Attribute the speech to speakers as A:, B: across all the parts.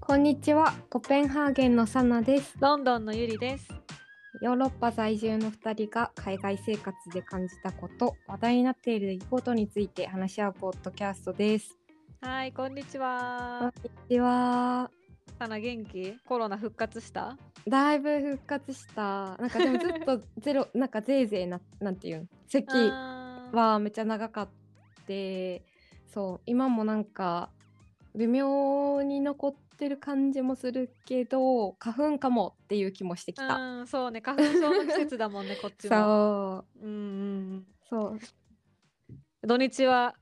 A: こんにちは、コペンハーゲンのサナです。
B: ロンドンのゆりです。
A: ヨーロッパ在住の2人が海外生活で感じたこと、話題になっている出来事について話し合うポッドキャストです。
B: はい、こんに
A: こ
B: ち
A: ん
B: は。
A: にちは。
B: サナ元気？コロナ復活した？
A: だいぶ復活した。なんかでもずっとゼロ、 なんかぜいぜいな、なんていうの、席
B: あー
A: はめっちゃ長かって、そう、今もなんか微妙に残ってる感じもするけど、花粉かもっていう気もしてきた。
B: うん、そうね、花粉症の季節だも んね、こっちも。
A: そう、
B: うんうん
A: そう、
B: うん。土日は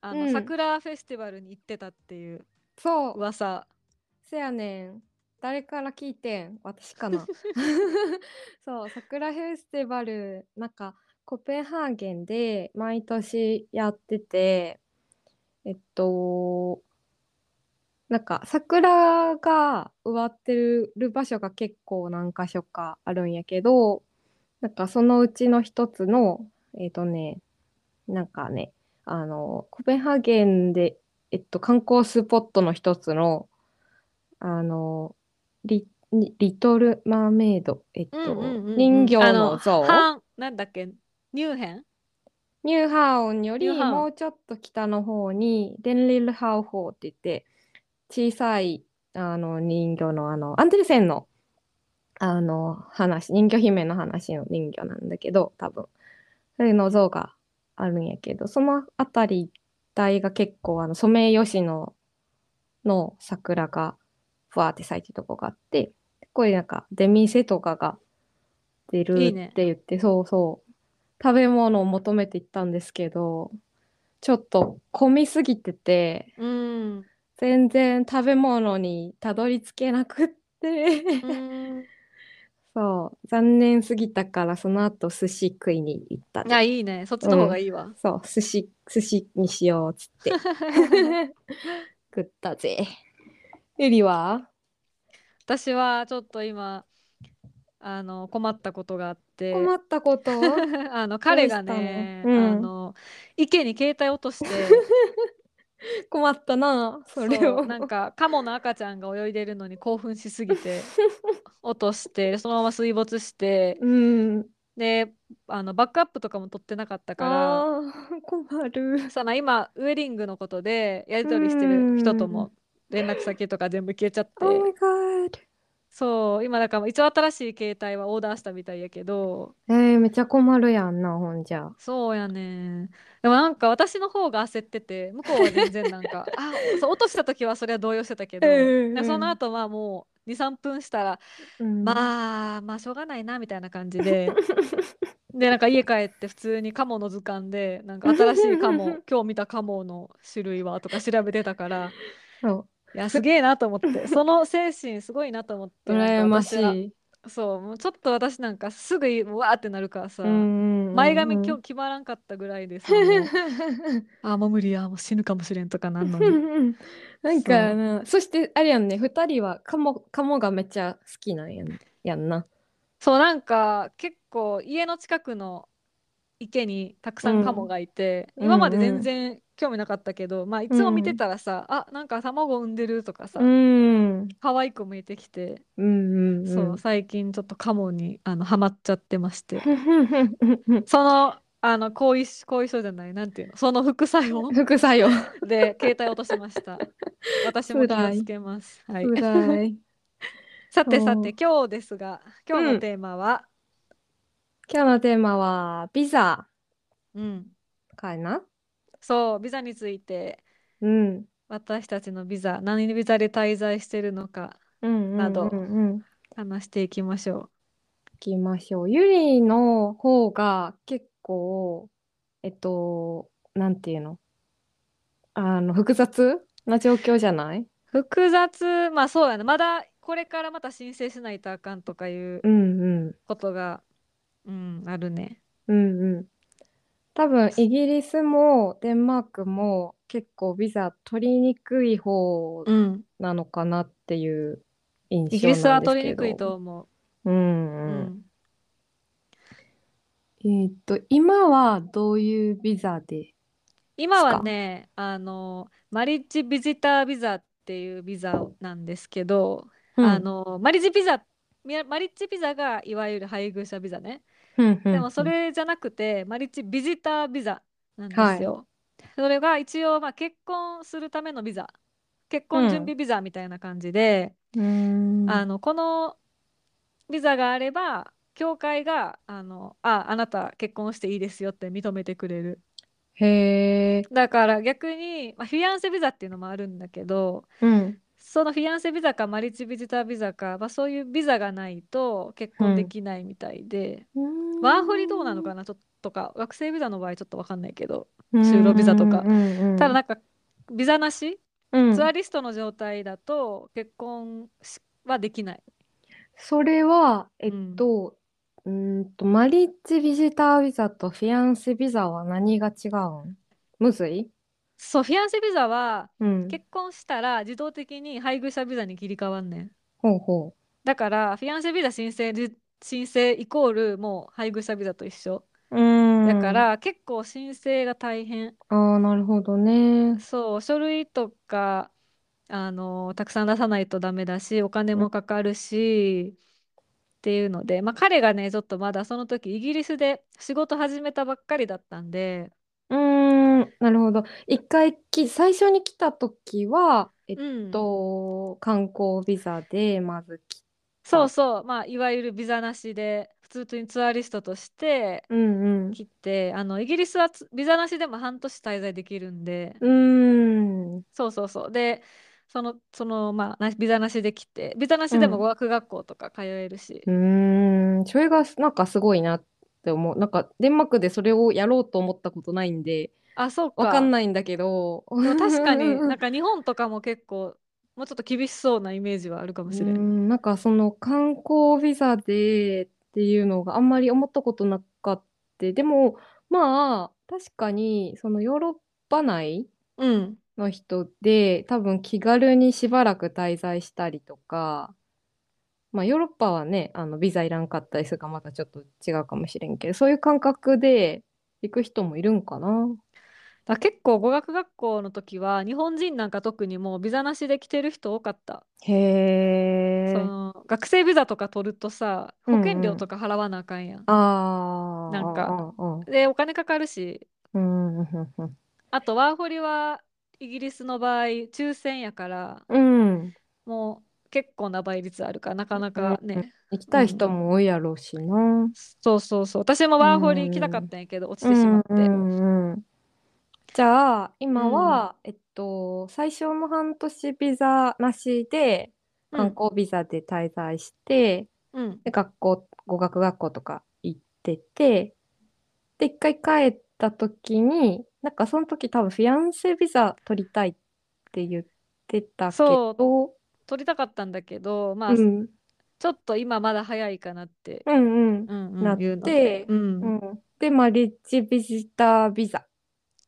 B: あの、
A: うん
B: 桜フェスティバルに行ってたっていう
A: そう。
B: 噂。
A: せやねん。誰から聞いてん私かな。 そう、桜フェスティバル、なんか、コペンハーゲンで毎年やってて、えっと、なんか、桜が植わってる場所が結構何箇所かあるんやけど、なんか、そのうちの一つの、えっとね、なんかね、あの、コペンハーゲンで、えっと、観光スポットの一つの、あの、リ、リトル・マーメイド、えっと、
B: うんうんうんうん
A: 人形の像、
B: はん、なんだっけ？ニューヘン？
A: ニューハオンより
B: ニューハオン
A: もうちょっと北の方に、デンリル・ハオホーって言って、小さい、あの、人形の、あの、アンデルセンの、あの、話、人魚姫の話の人魚なんだけど、多分。それの像があるんやけど、そのあたり一帯が結構、あの、ソメイヨシノの桜が、ふわーって咲いてるとこがあって、こういうなんか、出店とかが出る
B: い
A: っ
B: いね
A: て言って、そうそう、食べ物を求めて行ったんですけど、ちょっと混みすぎてて、
B: うん。
A: 全然食べ物にたどり着けなくって、
B: うん。
A: そう、残念すぎたから、その後寿司食いに行った
B: あ、いいね。そっちの方がいいわ。
A: そう、寿司、寿司にしようっつって。 食ったぜ。ゆりは
B: 私はちょっと今あの困ったことがあって。
A: 困ったこと
B: あの彼がね、
A: どうしたのうん
B: あの池に携帯落として
A: 困ったな、 それ
B: そ
A: を。
B: うなんかカモの赤ちゃんが泳いでるのに興奮しすぎて 落としてそのまま水没して
A: うん。
B: であのバックアップとかも取ってなかったか
A: あー困る。
B: らさな今ウエディングのことでやり取りしてる人とも連絡先とか全部消えちゃって
A: Oh my god。
B: そう今だから一応新しい携帯はオーダーしたみたいやけど
A: えー、めっちゃ困るやんな、ほんじゃ。
B: そうやね。でもなんか私の方が焦ってて、向こうは全然なん か、あ、そう、落とした時はそれは動揺してたけど、
A: うんうんうん
B: なんかその後はもう2、3分したら、
A: うん、
B: まあ、まあしょうがないなみたいな感じで、 で、なんか家帰って普通にカモの図鑑で、なんか新しいカモ、 今日見たカモの種類はとか調べてたから、
A: そう。
B: いや、すげえなと思って、その精神すごいなと思って、なんか
A: 羨まし。
B: 私はいそう、もうちょっと私なんかすぐうわーってなるからさ、
A: 前
B: 前髪今日決まらんかったぐらいでさ、もう
A: 日。
B: あーもう無理やもう死ぬかもしれんとかなんのに
A: なんかな、そしてあれやんね、二人はカモ、カモがめっちゃ好きなんやんやんな。
B: そうなんか結構家の近くの池にたくさんカモがいて、
A: うん
B: 今まで全然興味なかったけど、まあいつも見てたらさ、あなんか卵産んでるとかさ、
A: うん。
B: 可愛い子もいてきて、
A: うんうんうん。
B: そう最近ちょっとカモにあのハマっちゃってまして
A: 副
B: そのあの後遺後遺症じゃないなんていうのその 副作用
A: 作用。
B: で携帯落としま した私も気をつけますはい
A: 辛い。
B: さてさ
A: そ
B: て
A: う
B: 今日ですが今日
A: うん
B: のテーマは、
A: 今日のテーマはビザ
B: うん、
A: かな。
B: そうビザについて
A: うん。
B: 私たちのビザ何ビザで滞在してるのか
A: うん
B: な
A: うん
B: ど
A: うんうん。
B: 話していきまし
A: 行
B: ょ
A: きましょう。ゆりの方が結構、えっと、なんていうのあの、複雑な状況じゃないう
B: 複雑まあそうやなまだこれからまた申請しないとあかんとかい
A: う
B: う
A: んうん。
B: ことが、うん、あるね
A: うんうん。多分、イギリスもデンマークも結構ビザ取りにくい方
B: うん
A: なのかなっていう印象なんですけど。
B: イギリスは取りにくいと思
A: うん
B: う、
A: う。
B: うんん、
A: えーっと、今はどういうビザで
B: 今はねあのマリッジビジタービザっっていうビザなんですけど、
A: うん
B: あ、のマリッジビザみマリッジビザがいわゆる配偶者ビザね。
A: うんうん
B: でもそれじゃなくて、マリッジビジタービザなんですよ。それが一応、まあ、結婚するためのビザ、結婚準備ビザみたいな感じで、
A: うん
B: あのこのビザがあれば、教会があのああなた結婚していいですよって認めてくれる。
A: へえ、
B: だから逆に、まあ、フィアンセビザっていうのもあるんだけど、
A: うん、
B: そのフィアンセビザかマリッジビジタービザか、まあ、そういうビザがないと結婚できないみたいで。ワーホリどうなのかなちょっとか学生ビザの場合ちょっとわかんないけど、就労ビザとか
A: うんうんうん
B: ただなんかビザなし、
A: うん
B: ツアリストの状態だと結婚しはできない
A: それは、えっと、うーんと、マリッジビジタービザとフィアンセビザは何が違うんむずい
B: そうフィアンセビザは
A: うん。
B: 結婚したら自動的に配偶者ビザに切り替わんねん
A: ほうほ
B: だからフィアンセビザ申請じ申請イコールもう配偶者ビザと一緒
A: う。うーん。
B: だか、ら結構申請が大変
A: ああ、なるほどね。
B: そう書類とかあのたくさん出さないとダメだしお金もかかるしっていうので、まあ、彼がねちょっとまだその時イギリスで仕事始めたばっかりだったんで
A: うーん、なるほど。一回き、最初に来た時は、えっ
B: うん
A: と、観光ビザでまず来
B: そうそうまあいわゆるビザなしで普通にツアリストとして
A: うんうん。
B: 来てあのイギリスはつビザなしでも半年滞在できるんで
A: うーん。
B: そうそうそうでそのそのまあなビザなしで来てビザなしでも
A: うん
B: 語学学校とか通えるし
A: う。ーん、それがなんかすごいなって思う。なんかデンマークでそれをやろうと思ったことないんで、
B: あそう
A: わか
B: か
A: んないんだけど。
B: でも確かに
A: うん
B: なんか日本とかも結構もうちょっと厳しそうなイメージはあるかもしれ。
A: うんんなんかその観光ビザでっていうのがあんまり思ったことなかった。でも、まあ、確かにそのヨーロッパ内
B: うん。
A: の人で多分気軽にしばらく滞在したりとか、まあヨーロッパはね、あのビザいらんかったりするからまたちょっと違うかもしれんけど、そういう感覚で行く人もいるんかな。
B: だから結構語学学校の時は日本人なんか特にもうビザなしで来てる人多かった。
A: へえ
B: そ。の学生ビザとか取るとさ
A: うんう
B: 保
A: ん
B: 険料とか払わなあかんやん。
A: あー
B: なんか、
A: あーあー
B: でお金かかるし
A: うん、うん、うん
B: あとワーホリはイギリスの場合抽選やから
A: うん。うん
B: もう結構な倍率あるからなかなかね。
A: 行きたい人も多いやろうしな。うん
B: そうそうそう私もワーホリ行きたかったんやけど落ちてしまって。
A: うんうんじゃあ、今は、えっと、最初の半年ビザなしで、観光ビザで滞在して、
B: うんうん
A: で学校、語学学校とか行ってて、で、一回帰った時に、なんかその時多分フィアンセビザ取りたいって言ってたけ
B: そう
A: ど、
B: 取りたかったんだけど、まあ、
A: うん、
B: ちょっと今まだ早いかなって、
A: うんうん
B: う、んうん
A: なっ
B: いうの
A: て
B: で、うん
A: うん。で、マリッジビジタービザ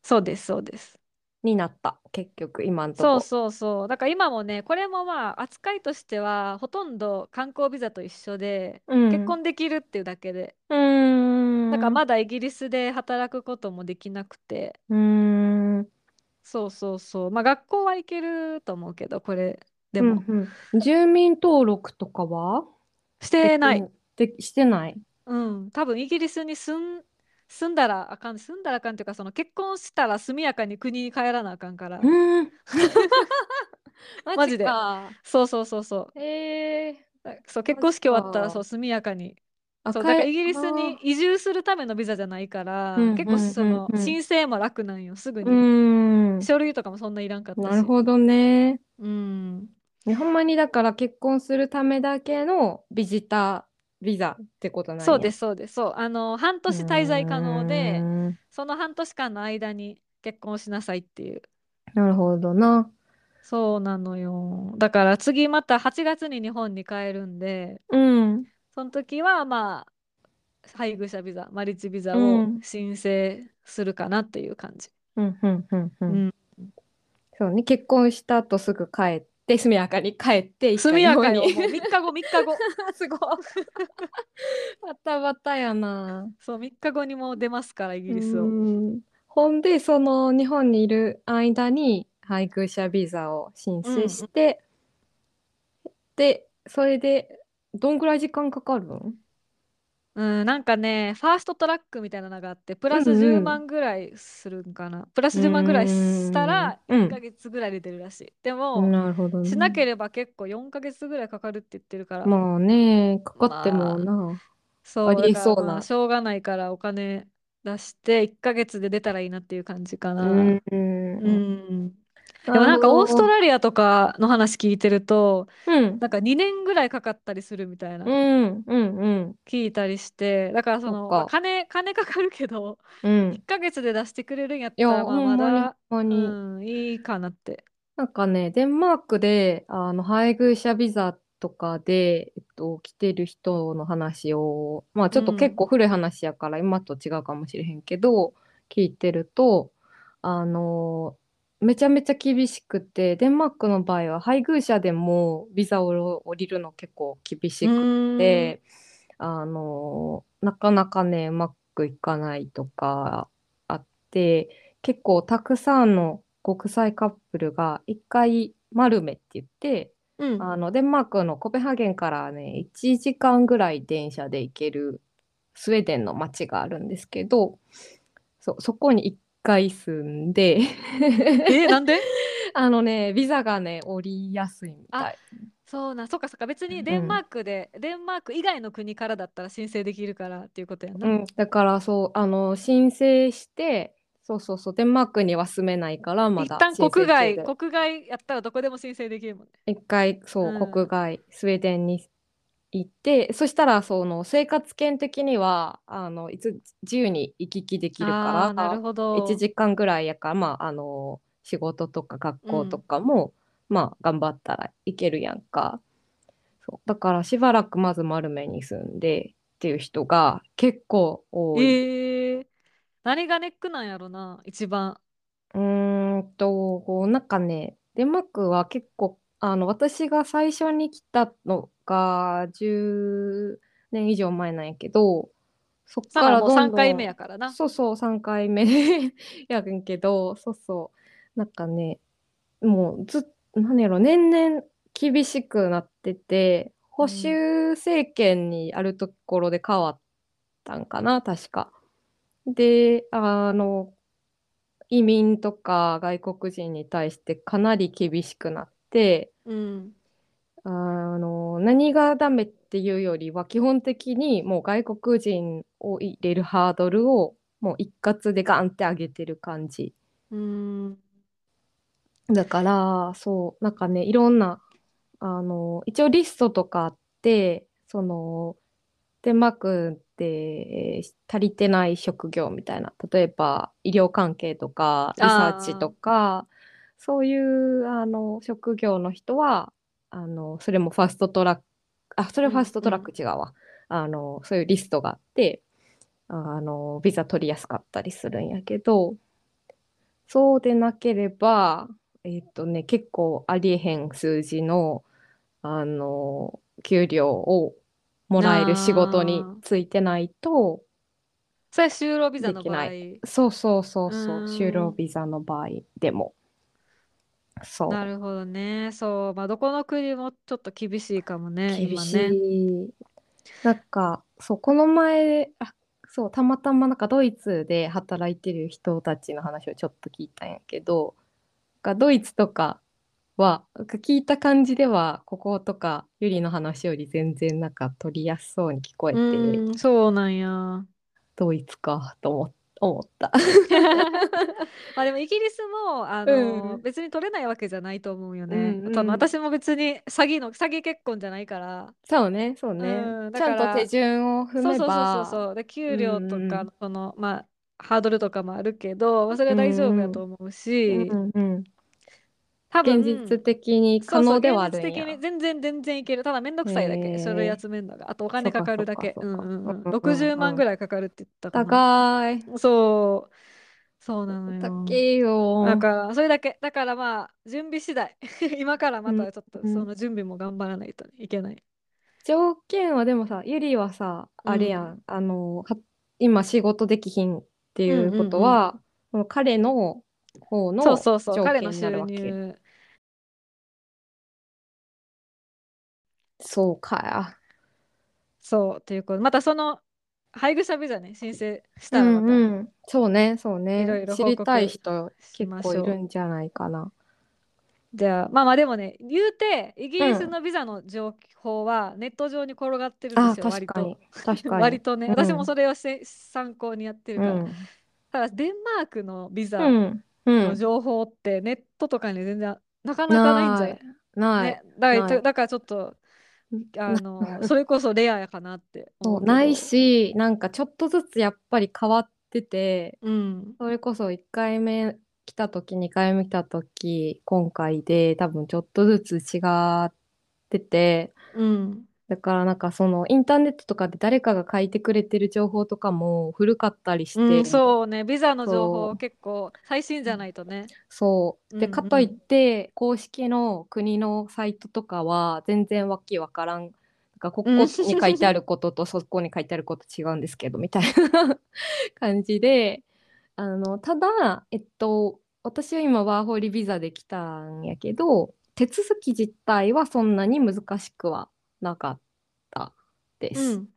B: そうですそうです。
A: になった、結局、今んと
B: そう
A: こ。
B: そうそう。だから今もね、これもまあ扱いとしてはほとんど観光ビザと一緒で、
A: うん
B: 結婚できるっていうだけで、
A: うーん。
B: だからまだイギリスで働くこともできなくて、
A: うーん。
B: そうそうそう。まあ学校は行けると思うけど、これで
A: うん
B: も
A: うん住民登録とかは
B: してない。
A: できしてない。
B: うん、多分イギリスに住ん、住んだらあかん、住んだらあかんっていうか、その結婚したら速やかに国に帰らなあかんから
A: う、ーん。
B: マジで
A: か。
B: そうそうそうそう。
A: えー。
B: だそう
A: ジ
B: 結
A: か
B: 婚式終わったらそう速やかに
A: あ
B: そう
A: 帰
B: だからイギリスに移住するためのビザじゃないから、
A: うん
B: 結構その
A: うんうんうん
B: 申請も楽なんよすぐ
A: あー
B: に、
A: うーん。
B: 書類とかもそんないらんかったし
A: なるほどね。
B: うん
A: 日本にだから結婚するためだけのビジタービザってことなんや
B: そうですそうですそうあの半年滞在可能
A: う
B: で
A: ーん
B: その半年間の間に結婚しなさいっていう
A: なるほどな。
B: そうなのよだから次また8月に日本に帰るんで
A: うん。
B: その時はまあ配偶者ビザマリッジビザ
A: う
B: を
A: ん
B: 申請するかなっていう感じ、
A: うんうんうんう
B: うん
A: ん。そうね、結婚した後すぐ帰って、速やかに帰って、一
B: 速
A: 回
B: や
A: 日
B: か
A: 本
B: よもう
A: に。
B: 3日後3日後
A: すごい。バタバタやな。
B: そう、3日後にもう出ますから、イ
A: イ
B: ギリスを。
A: ほんで、その日本にいる間に、配偶者ビザを申請して、でそれでどんぐらい時間かかるの
B: うん、なんかね、ファーストトラックみたいなのがあって、プラス
A: うんうん
B: 10万ぐらいするんかな。プラス10万ぐらいしたら、
A: う
B: 1
A: ん
B: ヶ月ぐらいで出るらしい。で
A: うん
B: も、
A: なるほどね
B: しなければ結構4ヶ月ぐらいかかるって言ってるから、
A: まあねかかってもな、
B: そう、
A: ありえ
B: だから
A: そうな
B: まあしょうがないからお金出して、1ヶ月で出たらいいなっていう感じかな。
A: うん
B: うん。でもなんかオーストラリアとかの話聞いてると、
A: うん
B: なんか2年ぐらいかかったりするみたいな、
A: うんうんうん
B: 聞いたりして、だからその、
A: そっか
B: まあ金、金かかるけど、
A: うん
B: 1ヶ月で出してくれるんやっ
A: い
B: た
A: や
B: ら、まあ
A: ほんまに
B: ま
A: ほんま
B: だ、
A: に、
B: うん、いいかなって。
A: なんかね、デンマークで、あの、配偶者ビザとかで、えっと、来てる人の話を、まあちょっと
B: うん
A: 結構古い話やから、今と違うかもしれへんけど、聞いてると、あの、めちゃめちゃ厳しくて、デンマークの場合は配偶者でもビザを降りるの結構厳しくって、あの、なかなかね、うまくいかないとかあって、結構たくさんの国際カップルが一回マルメって言って、
B: うん、うん
A: あの、デンマークのコペンハーゲンからね、1時間ぐらい電車で行けるスウェーデンの町があるんですけど、そう、そこに一回住んで、
B: え、なんで
A: あのね、ビザがね、降りやすいみたい。
B: そうなん、そっかそっか、別
A: う
B: に
A: ん
B: デンマークで、デンマーク以外の国からだったら申請できるからっていうことやな。
A: うん、だからそう、あの、申請して、そうそうそう、デンマークには住めないから、ま
B: 一
A: だ
B: 旦
A: 申請
B: 国
A: 中
B: 外、
A: で
B: 国外やったらどこでも申請できるもんね。
A: 一回そう、
B: うん
A: 国外スウェーデンに行ってそしたらその生活圏的にはあのいつ自由に行き来できる
B: ああ
A: か
B: ー、なる
A: ら
B: ほど。
A: 1時間ぐらいやから、まあ、あの仕事とか学校とかも、まあ頑張ったらいけるやんかそうだからしばらくまずマルメに住んでっていう人が結構多い。
B: えー、何がネックなんやろな、一番。
A: うーんと、こうなんかね、デンマークは結構、あの、私が最初に来たのが10年以上前なんやけど、そっ
B: さ
A: から
B: らもう
A: どん
B: 3回
A: どん
B: 目やからな。
A: そうそう、3回目 やるんけど、そうそう、なんかね、もうずっ、なんやろ、年々厳しくなってて、保守政権にあるところで変わったんかな、確か。で、あの、移民とか外国人に対してかなり厳しくなって、
B: うん。
A: あの、何がダメっていうよりは、基本的にもう外国人を入れるハードルをもう一括でガンって上げてる感じ。
B: うーん。
A: だから、そう、なんかね、いろんな、あの、一応リストとかあって、その、デンマークでえー足りてない職業みたいな、例えば医療関係とか、リサーチとか、そういう、あの、職業の人は、あの、それもファストトラック、あ、それはファストトラック違うわ。あの、そういうリストがあって、あの、ビザ取りやすかったりするんやけど、そうでなければ、えっとね、結構ありえへん数字の、あの、給料をもらえる仕事についてないと、
B: それ就労ビザ
A: で
B: の
A: き
B: 場合
A: な。そうそうそうそう
B: う、ん
A: 就労ビザの場合でも。そう、
B: なるほどね。そう。まあ、どこの国もちょっと厳しいかもね、
A: 厳
B: 今
A: し
B: ね。
A: い。なんか、そう、この前、あ、そう、たまたまなんかドイツで働いてる人たちの話をちょっと聞いたんやけど、なんかドイツとかは、なんか聞いた感じでは、こことかユリの話より全然なんか取りやすそうに聞こえ
B: う
A: て、
B: ーん、そうなんや。ま
A: ドイツかと思思った。
B: あでもイギリスも、あの
A: うん
B: 別に取れないわけじゃないと思うよね。
A: うんうん
B: 多分私も別に詐欺の、詐欺結婚じゃないから。
A: そうね、そうね。
B: うん
A: ちゃん
B: だか
A: と
B: ら
A: 手順を踏
B: そ
A: め
B: うそうそう
A: ば、
B: そうそう。で、給料と
A: うんう
B: か
A: ん、
B: その、まあ、ハードルとかもあるけど、まあそれは大丈夫やと思うし、
A: うんうん、
B: 多分、
A: 現実的に可
B: そうそう
A: 能ではあるん
B: 現実
A: や。
B: 的に全然全然いける。ただめんどくさいだ
A: へ
B: け。
A: ー
B: 書類集めるのが。あとお
A: そ
B: 金
A: っか
B: かかるだけ。
A: そっ
B: う
A: かそっ
B: ん
A: かう
B: うんうん。
A: んうんうん
B: 60万ぐらいかかるって言ったかな。
A: 高い。
B: そう。そうなのよ。
A: 高いよ。
B: だから、それだけ。だからまあ、準備次第。 今からまたちょっと
A: うんうん
B: その準備も頑張らないといけない。
A: 条件はでもさ、ゆりはさ、
B: うん
A: あれやん、あの、は今仕事できひんっていうことは、この彼の方の
B: そうそうそう
A: 条
B: 彼
A: 件
B: の
A: にな
B: 収
A: るわけ。
B: 入
A: そうか。
B: そうということまたその配偶者ビザね申請した
A: う
B: らま
A: ん
B: た、
A: うん。そうね、そうね。
B: いろいろ
A: 知
B: 報
A: り
B: 告
A: たい人
B: し
A: 結
B: ましょ
A: 構
B: う
A: いるんじゃないかな。
B: じゃあまあまあでもね言うてイギリスのビザの情報はネット上に転がってるんで
A: あ、
B: すよ、
A: 確
B: 割
A: かに
B: と。。
A: 確かに。
B: 割とね、私
A: う
B: も
A: ん
B: それをして参考にやってる
A: う
B: から、
A: ん。
B: ただデンマークのビザ
A: うん。う
B: の
A: ん。
B: 情報ってネットとかに全然なかなかないんじゃない
A: ない。
B: ね、だから
A: ない
B: だからちょっとあの それこそレアやかなって
A: そ
B: 思う
A: う
B: けど
A: ないし、なんかちょっとずつやっぱり変わってて、
B: うん
A: それこそ1回目来た時、2回目来た時、今回で多分ちょっとずつ違ってて、
B: うん
A: だからなんかそのインターネットとかで誰かが書いてくれてる情報とかも古かったりし
B: う
A: て、
B: ん、そうねビザの情
A: そ
B: 報
A: う
B: 結構最新じゃないとね
A: そう。で、
B: うんうん
A: かといって、公式の国のサイトとかは、全然わけわからん。なんか、ここ
B: うん
A: に書いてあることと、 そこに書いてあること違うんですけど、みたいな 感じで、あの、ただ、えっと、私は今、ワーホリビザで来たんやけど、手続き自体はそんなに難しくはなかったです。
B: うん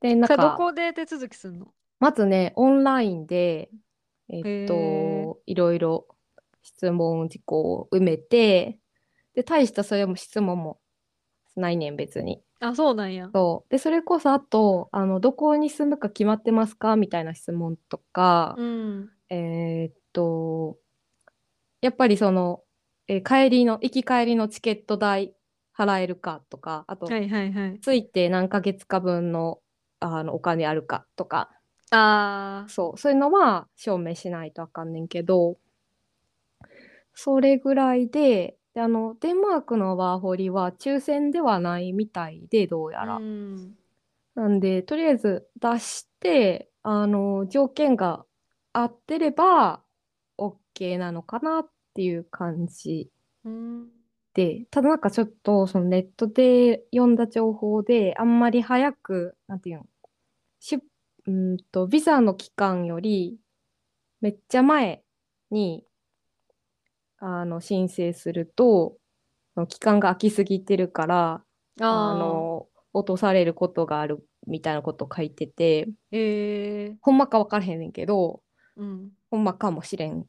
A: で、なん
B: さあど
A: か、
B: こで手続きするの
A: まずね、オンラインで、えっ
B: へ
A: と、いろいろ質問事項を埋めて、で、大したそれも質問もないねん、別に。
B: あそうなんや
A: そう。で、それこそ、あと、あの、どこに住むか決まってますかみたいな質問とか、
B: うん
A: えーっと、やっぱりその、えー帰りの、行き帰りのチケット代払えるかとか、あと、
B: はいはいはい
A: ついて何ヶ月か分の、あの、お金あるかとか、
B: あー
A: そう、そういうのは証明しないとあかんねんけど、それぐらいで、であの、デンマークのワーホリは抽選ではないみたいで、どうやら。
B: うん
A: なんで、とりあえず出して、あの、条件が合ってれば、OK なのかなっていう感じ
B: うん
A: で、ただなんかちょっと、そのネットで読んだ情報で、あんまり早く、なんていうの、しゅ、うーんと、ビザの期間より、めっちゃ前に、あの、申請すると、その期間が空きすぎてるから、あ
B: あー
A: の、落とされることがあるみたいなこと書いてて、
B: えー
A: ほんまかわからへんねんけど、
B: うん
A: ほんまかもしれん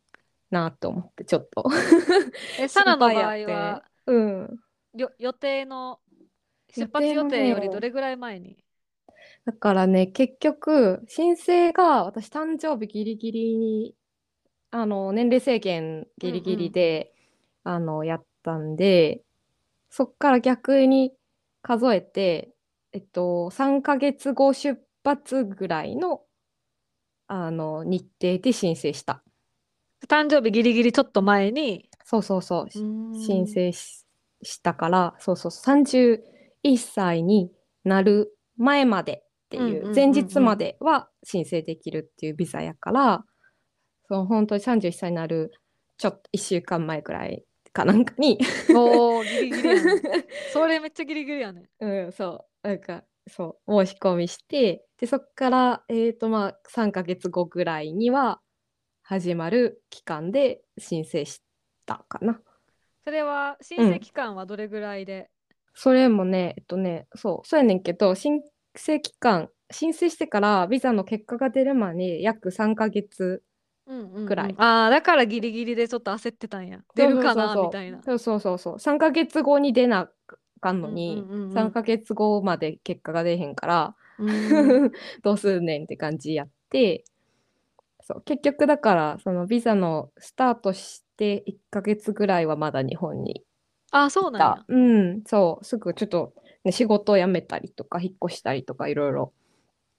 A: なと思って、ちょっと。
B: えサナの場合
A: 心配やっ
B: は
A: てうん。
B: よ予定の出
A: 予
B: 発
A: 定
B: 予
A: のね
B: 定よりどれぐらい前に
A: だからね、結局、申請が私、誕生日ギリギリに、あの、年齢制限ギリギリで、あの、やったんで、そっから逆に数えて、えっと、3ヶ月後出発ぐらいの、あの、日程で申請した。
B: 誕生日ギリギリちょっと前に
A: そうそうそう、
B: 申
A: 申請し、したから、そうそうそう、31歳になる前までって
B: うんうん
A: い
B: うんう
A: う、
B: ん
A: 前日までは申請できるっていうビザやから、その本当に31歳になるちょっと1週間前くらいかなんかに、
B: おーギリギリやね それめっちゃギリギリやね
A: うん、そう、なんか、そう、申し込みして、で、そっから、えっと、まあ、3ヶ月後ぐらいには始まる期間で申請したかな。
B: それは申請期間はどれぐらいで、
A: それもね、えっとね、そう、そうやねんけど、申請期間、申請してからビザの結果が出るまでに約3ヶ月
B: うんうんうん
A: ぐらい
B: ああだからギリギリでちょっと焦ってたんや出るかなみたいな
A: そうそうそうそう、3ヶ月後に出なあかんのに、
B: うんうんうんうん
A: 3ヶ月後まで結果が出へんから、
B: うん
A: どうすんねんって感じやって、そう、結局だから、そのビザのスタートして1ヶ月ぐらいはまだ日本に
B: あーそうなん
A: た
B: や
A: うん、そう、すぐちょっと、ね、仕事を辞めたりとか、引っ越したりとか、いろいろ。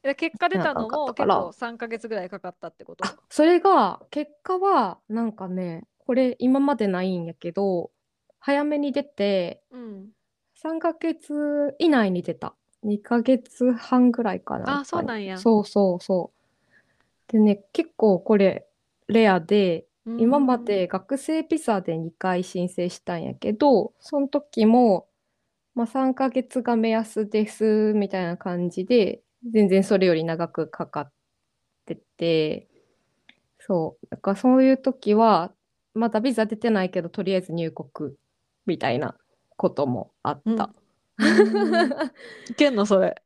B: え結果出たの
A: なんかあ
B: も
A: ったか
B: 結
A: ら
B: 構3ヶ月ぐらいかかったってこと
A: あ、それが、結果は、なんかね、これ今までないんやけど、早めに出て、
B: うん
A: 3ヶ月以内に出た。2ヶ月半ぐらいかな。
B: あそうなんや
A: そうそうそう。でね、結構これ、レアで、今まで学生ビザで2回申請したんやけど、その時も、まあ、3ヶ月が目安ですみたいな感じで、全然それより長くかかってて、そう。だからそういう時は、まだビザ出てないけど、とりあえず入国みたいなこともあった。
B: いけんのそれ。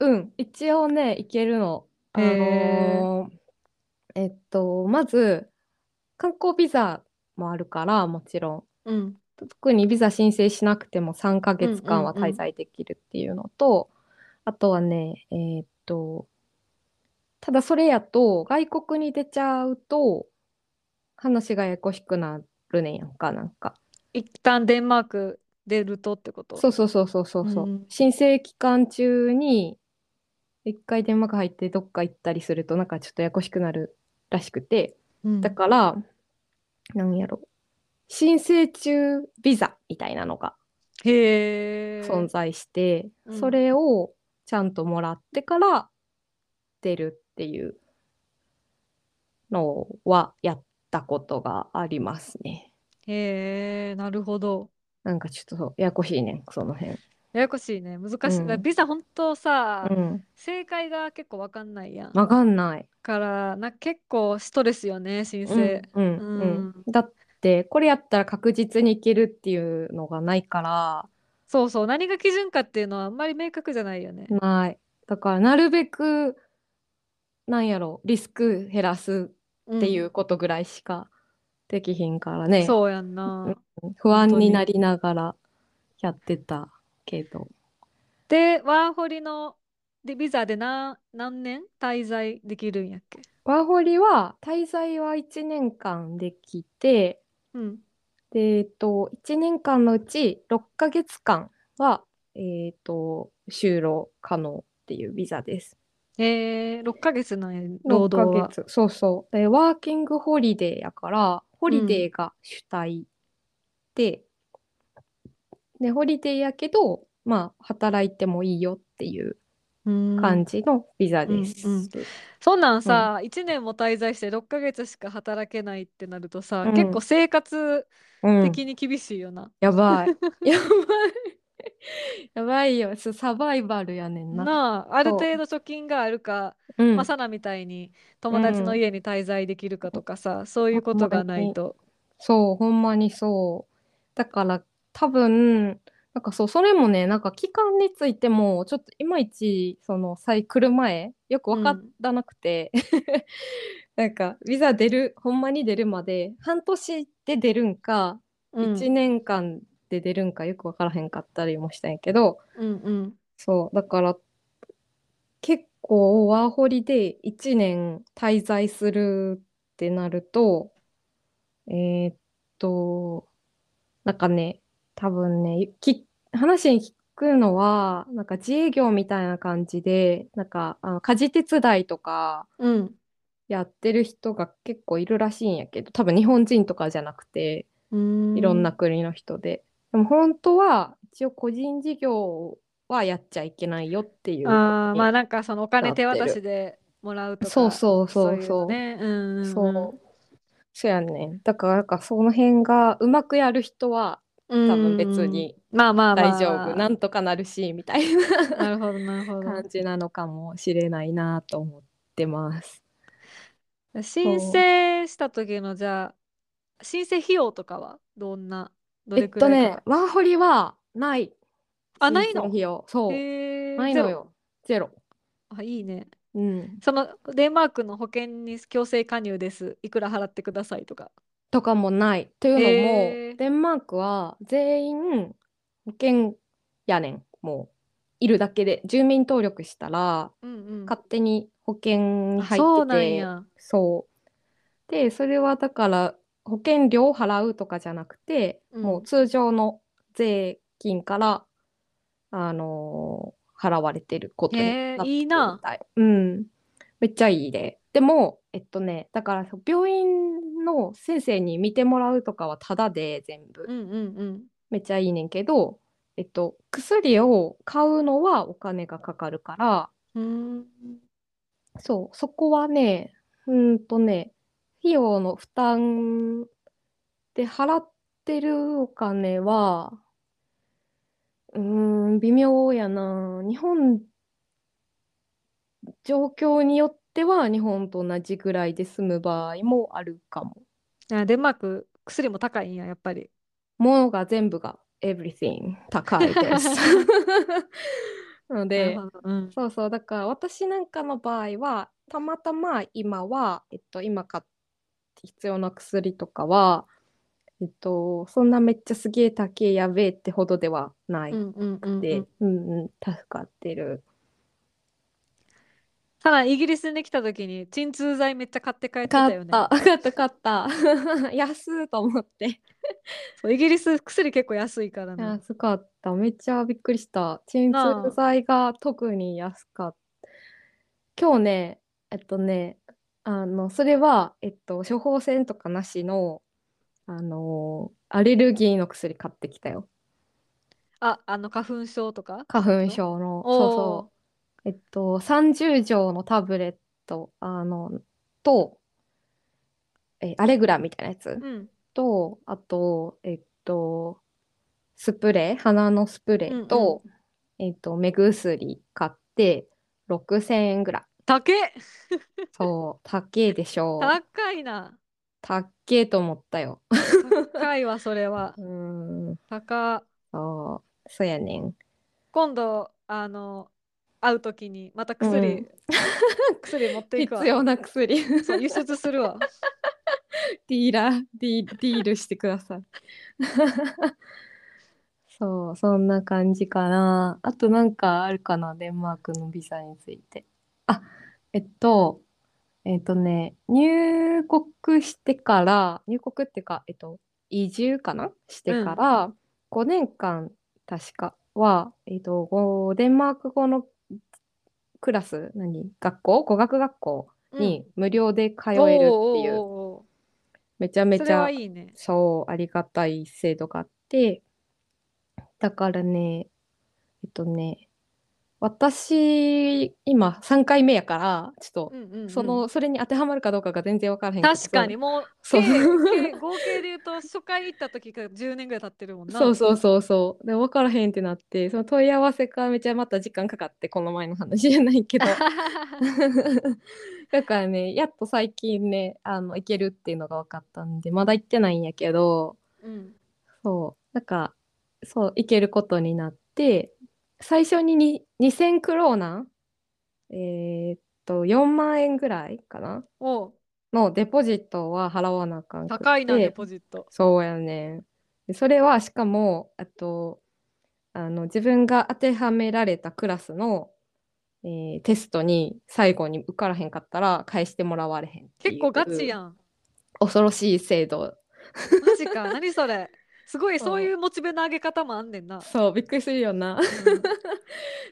A: うん、一応ね、行けるの。あ
B: へ
A: のーえっと、まず、観光ビザもあるから、もちろん。
B: うん。
A: 特にビザ申請しなくても3ヶ月間は
B: うんうんうん
A: 滞在できるっていうのと、あとはね、えーっと、ただそれやと、外国に出ちゃうと、話がややこしくなるねんやんか、なんか。
B: 一旦デンマーク出るとってこと。。
A: そううそうそうそうそうそう。
B: うん
A: 申請期間中に、一回デンマーク入ってどっか行ったりすると、なんかちょっとややこしくなるらしくて、だから、なんやろ、申請中ビザみたいなのが
B: へえ。
A: 存在して、
B: うん
A: それをちゃんともらってから出るっていうのはやったことがありますね。
B: へえ、なるほど。
A: なんかちょっとそうややこしいねその辺。
B: ややこしいね。難しい。
A: うん
B: ビザ本当さ、
A: うん、
B: 正解が結構わかんないやん。
A: わかんない。
B: から、な結構ストレスよね、
A: う
B: 申
A: ん
B: 請。
A: うんうんだってこれやったら確実にいけるっていうのがないから
B: そうそう。何が基準かっていうのはあんまり明確じゃないよね。
A: ない。だからなるべくなんやろリスク減らす
B: っ
A: っていうことぐらいしかできひんからね。
B: そうやんな。
A: 不安
B: 本当に
A: になりながらやってたけど
B: で、ワーホリのでビザでな何年滞在できるんやっけ
A: ワーホリは滞在は1年間できて
B: うん。
A: で、えっと、1年間のうち6ヶ月間は、えっと就労可能っていうビザです。
B: えー、6ヶ月なんや、労働は。
A: 6ヶ月そうそうでワーキングホリデーやからホリデーが主体で、でホリデーやけどまあ働いてもいいよっていう
B: うん
A: 感。じのビザです。
B: うんうんそんなんさ、1年も滞在して6ヶ月しか働けないってなるとさ、
A: うん
B: 結構生活
A: うん
B: 的に厳しいよな。
A: やばい。 やばい。やばいよ。そうサバイバルやねんな。
B: なあ、ある程度貯金があるか、
A: うん
B: まあ、サナみたいに友達の家に滞在できるかとかさ、そういうことがないと。
A: そう、ほんまにそう。だから多分、なんかそう、それもね、なんか期間についても、ちょっといまいち、その、さい来る前、よく分からなくて、 なんか、ビザ出る、ほんまに出るまで、半年で出るんか、
B: うん
A: 1年間で出るんか、よく分からへんかったりもしたんやけど、
B: うんうん。
A: そう、だから結構ワーホリで1年滞在するってなると、えーっと、なんかね、多分ね、き、話に聞くのは、なんか自営業みたいな感じで、なんかあの家事手伝いとか
B: うん。
A: やってる人が結構いるらしいんやけど、多分日本人とかじゃなくて、
B: うん
A: いろんな。国の人で。でも本当は一応個人事業はやっちゃいけないよっていうこと
B: あー
A: に
B: まあなんかそのお金手渡
A: なって
B: しでもらうとか
A: そうそうそう
B: いのねうんうん
A: そう。そうやね。だからなんかその辺がうまくやる人は
B: うん
A: 多分別に
B: まあまあまあ
A: 大丈夫、なんとかなるしみたい
B: な
A: な
B: るほどなるほ
A: 感じなのかもしれないなと思ってます。
B: ど申請した時のじゃあ申請費用とかはどんな ど
A: え
B: れ
A: っ
B: くら
A: と
B: い
A: ね
B: か、
A: ワーホリはない。
B: あないの
A: 申請費用そう、
B: へー
A: ない
B: ゼ
A: の
B: ロ
A: よ。ゼロ。
B: あいいね
A: うん。
B: そのデンマークの保険に強制加入ですいくら払ってくださいとか
A: とかもない。というのも、
B: へー
A: デンマークは全員保険やねん。もう、いるだけで。住民登録したら、
B: うんうん
A: 勝手に保険に入ってて。
B: そうなんや
A: そうで、それはだから、保険料を払うとかじゃなくて、
B: うん
A: もう通常の税金から、あのー払われてることに
B: へー
A: なってる
B: いい
A: み
B: な
A: たい。うん。めっちゃいいで。でも、えっとね、だからそう病院の先生に見てもらうとかはタダで全部、
B: うんうんうん
A: めっちゃいいねんけど、えっと、薬を買うのはお金がかかるから、
B: うーん
A: そう、そこはね、うーんとね、費用の負担で払ってるお金は、うーん、微妙やな。日本、状況によっては日本と同じぐらいで済む場合もあるかも。
B: あデンマーク薬も高いんや、やっぱり。
A: ものが全部が everything 高いです。 なので
B: なるほどうん
A: そうそうだから私なんかの場合はたまたま今は、えっと、今買って必要な薬とかは、えっと、そんなめっちゃすげえ高えやべえってほどではない
B: うんうんうんうん
A: で、うんうん、助かってる。
B: ただイギリスに来た時に鎮痛剤めっちゃ買って帰ってた
A: 買
B: よ
A: っ
B: ね
A: た、買った、買った。 安いと思って。
B: そうイギリス薬結構安いからね
A: 安かった。めっちゃびっくりした。鎮
B: なあ
A: 痛剤が特に安かった。今日ね、えっとね、あの、それは、えっと、処方箋とかなしの、あのーアレルギーの薬買ってきたよ。
B: ああの花粉症とか
A: 花粉症の。
B: おー
A: そうそう。えっと、30錠のタブレット、あの、と、え、アレグラみたいなやつ。
B: うん
A: と、あと、えっと、スプレー、鼻のスプレーと、えっと、目薬買って、6000円ぐらい。
B: 高え
A: そう、高えでしょう。
B: 高いな
A: 高えと思ったよ。
B: 高いわそれは
A: うーん、
B: 高
A: そう、そうやねん。
B: 今度あの会う時にまた薬、
A: うん
B: 薬持っていくわ
A: 必要な薬。
B: そう輸出するわ
A: ディーラー、ディ、ディールしてください。 そう、そんな感じかな。あとなんかあるかな、デンマークのビザについて。あ、えっと、えっとね、入国してから、入国ってか、えっと、移住かなしてから、5年間、確かは、えっと、ごデンマーク語のクラス、何学校語学学校 に無料で通えるっていう。
B: おーおーお
A: めちゃ
B: ー
A: め
B: そ
A: ち
B: れ
A: ゃ
B: はいいね
A: そうありがたい制度があってだからねえっとね私今3回目やからちょっと、
B: うんうんうん
A: そのそれに当てはまるかどうかが全然分からへんけど
B: 確かにもう
A: そう
B: 計計合計で言うと初回行った時から10年ぐらい経ってるもんな
A: そうそうそうそうで分からへんってなってその問い合わせからめちゃまた時間かかってこの前の話じゃない けどだからねやっと最近ねあの行けるっていうのが分かったんでまだ行ってないんやけど
B: うん
A: そう、なんか、そう、行けることになって、最初にに2000クローナ、えーっと、4万円ぐらいかな
B: おう
A: のデポジットは払わなあかんく
B: 高いな
A: って
B: デポジット
A: そうやねん。でそれは、しかも、あと、あの、自分が当てはめられたクラスの、えーテストに最後に受からへんかったら返してもらわれへんっていう
B: 結構ガチやん
A: 恐ろしい制度
B: マジか何それすごい
A: そう
B: そういうモチベの上げ方もあんねんな、
A: そうびっくりするよな
B: うん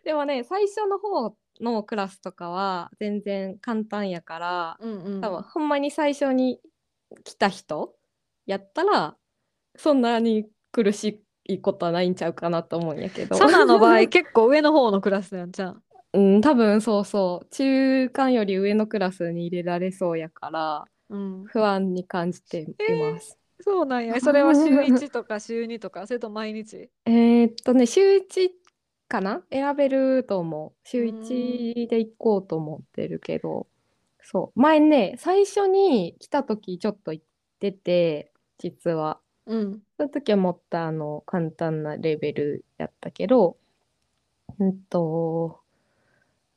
A: でもね最初の方のクラスとかは全然簡単やから
B: うんうん
A: 多分ほんまに最初に来た人やったらそんなに苦しいことはないんちゃうかなと思うんやけど
B: サナの場合結構上の方のクラスやんじゃん
A: うん多分そうそう中間より上のクラスに入れられそうやから
B: うん
A: 不安に感じています。
B: そうなんやそれは週1とか週2とか それとも毎日
A: えーっとね週1かな選べると思う週1で行こうと思ってるけどそう前ね最初に来た時ちょっと行ってて実は
B: うん
A: その時はもっとあの簡単なレベルやったけどうんと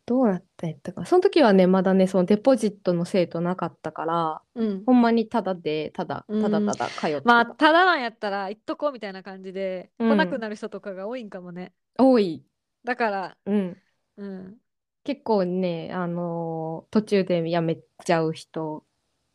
A: どうなったんやったかなその時はねまだねそのデポジットの制度なかったから
B: うん
A: ほんまにただでただただただ通ってた、
B: まあただなんやったら行っとこうみたいな感じで
A: うん
B: 来なくなる人とかが多いんかもね、
A: 多い
B: だから
A: うん
B: うん
A: 結構ね、あのー途中で辞めちゃう人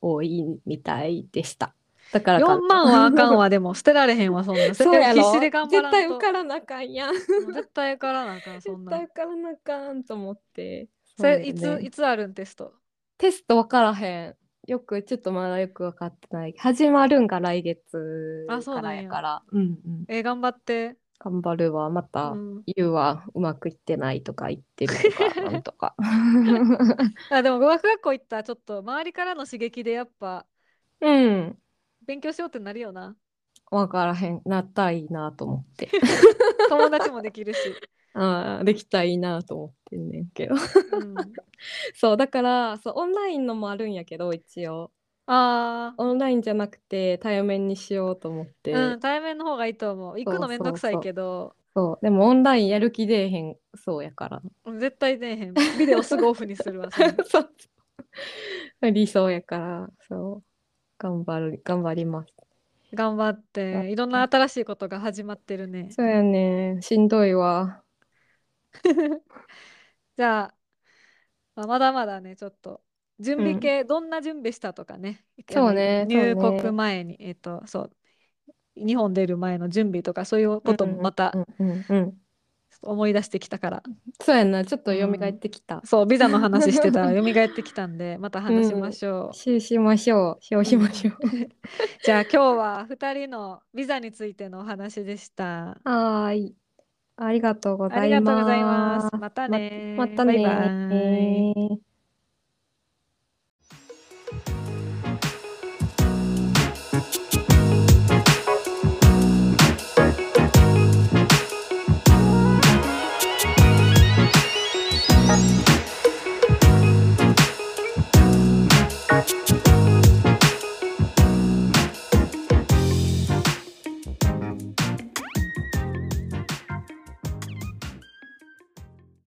A: 多いみたいでした。だからか
B: 4万はあかんわでも捨てられへんわそん な
A: そうやろ
B: 必死で頑張ら
A: 絶対
B: ん
A: 受
B: と
A: からなあかんやん。絶
B: もう絶対受からなあかんそんな
A: 対
B: ん
A: 受からなあかんと思って。
B: それい
A: そう
B: つ
A: ね
B: いつあるんテスト
A: テスト分からへん。よく、ちょっとまだよく分かってない。始まるんが来月
B: あそう
A: か
B: な
A: ら
B: んや
A: やから。うんうん。
B: えー頑張って、
A: 頑張るわ。また
B: う、ん
A: 言うわ。うまくいってないとか言ってるとか、なんと か。
B: あでも語学学校行ったらちょっと周りからの刺激でやっぱ
A: うん。
B: 勉強しようってなるよな
A: 分からへん。なったらいいなと思って。
B: 友達もできるし、
A: ああ、できたらいいなと思ってんねんけど。
B: うん、
A: そう、だから、そう、オンラインのもあるんやけど、一応。
B: ああ、
A: オンラインじゃなくて対面にしようと思って、
B: うん、対面の方がいいと思う。行くのめんどくさいけど、
A: そう、でもオンラインやる気出えへんそうやから。
B: 絶対出えへん。 ビデオすぐオフにするわ。それ
A: そう。 理想やから、そう、頑張る、頑張ります。
B: 頑張 って、いろんな新しいことが始まってるね。
A: そうやね、しんどいわ。
B: じゃあ、まあまだまだね、ちょっと、準備
A: うん
B: 系、どんな準備したとかね、
A: そうね
B: あの入
A: そうね
B: 国前に、えっと、そう、日本出る前の準備とか、そういうこともまた
A: うんうんうん。
B: ちょっと思い出してきたから、
A: そうやな、ちょっと蘇ってきた。
B: そう、ビザの話してたら、 蘇ってきたんで、また話しましょう。
A: しゅうしましょう、しようしましょ
B: じゃあ、今日は2人のビザについてのお話でした。
A: う。 はーい。ありがとうご
B: あ
A: ざい
B: りがとう
A: ま
B: ございますす。。またね。
A: また
B: バイ
A: ね
B: バイ。
A: ー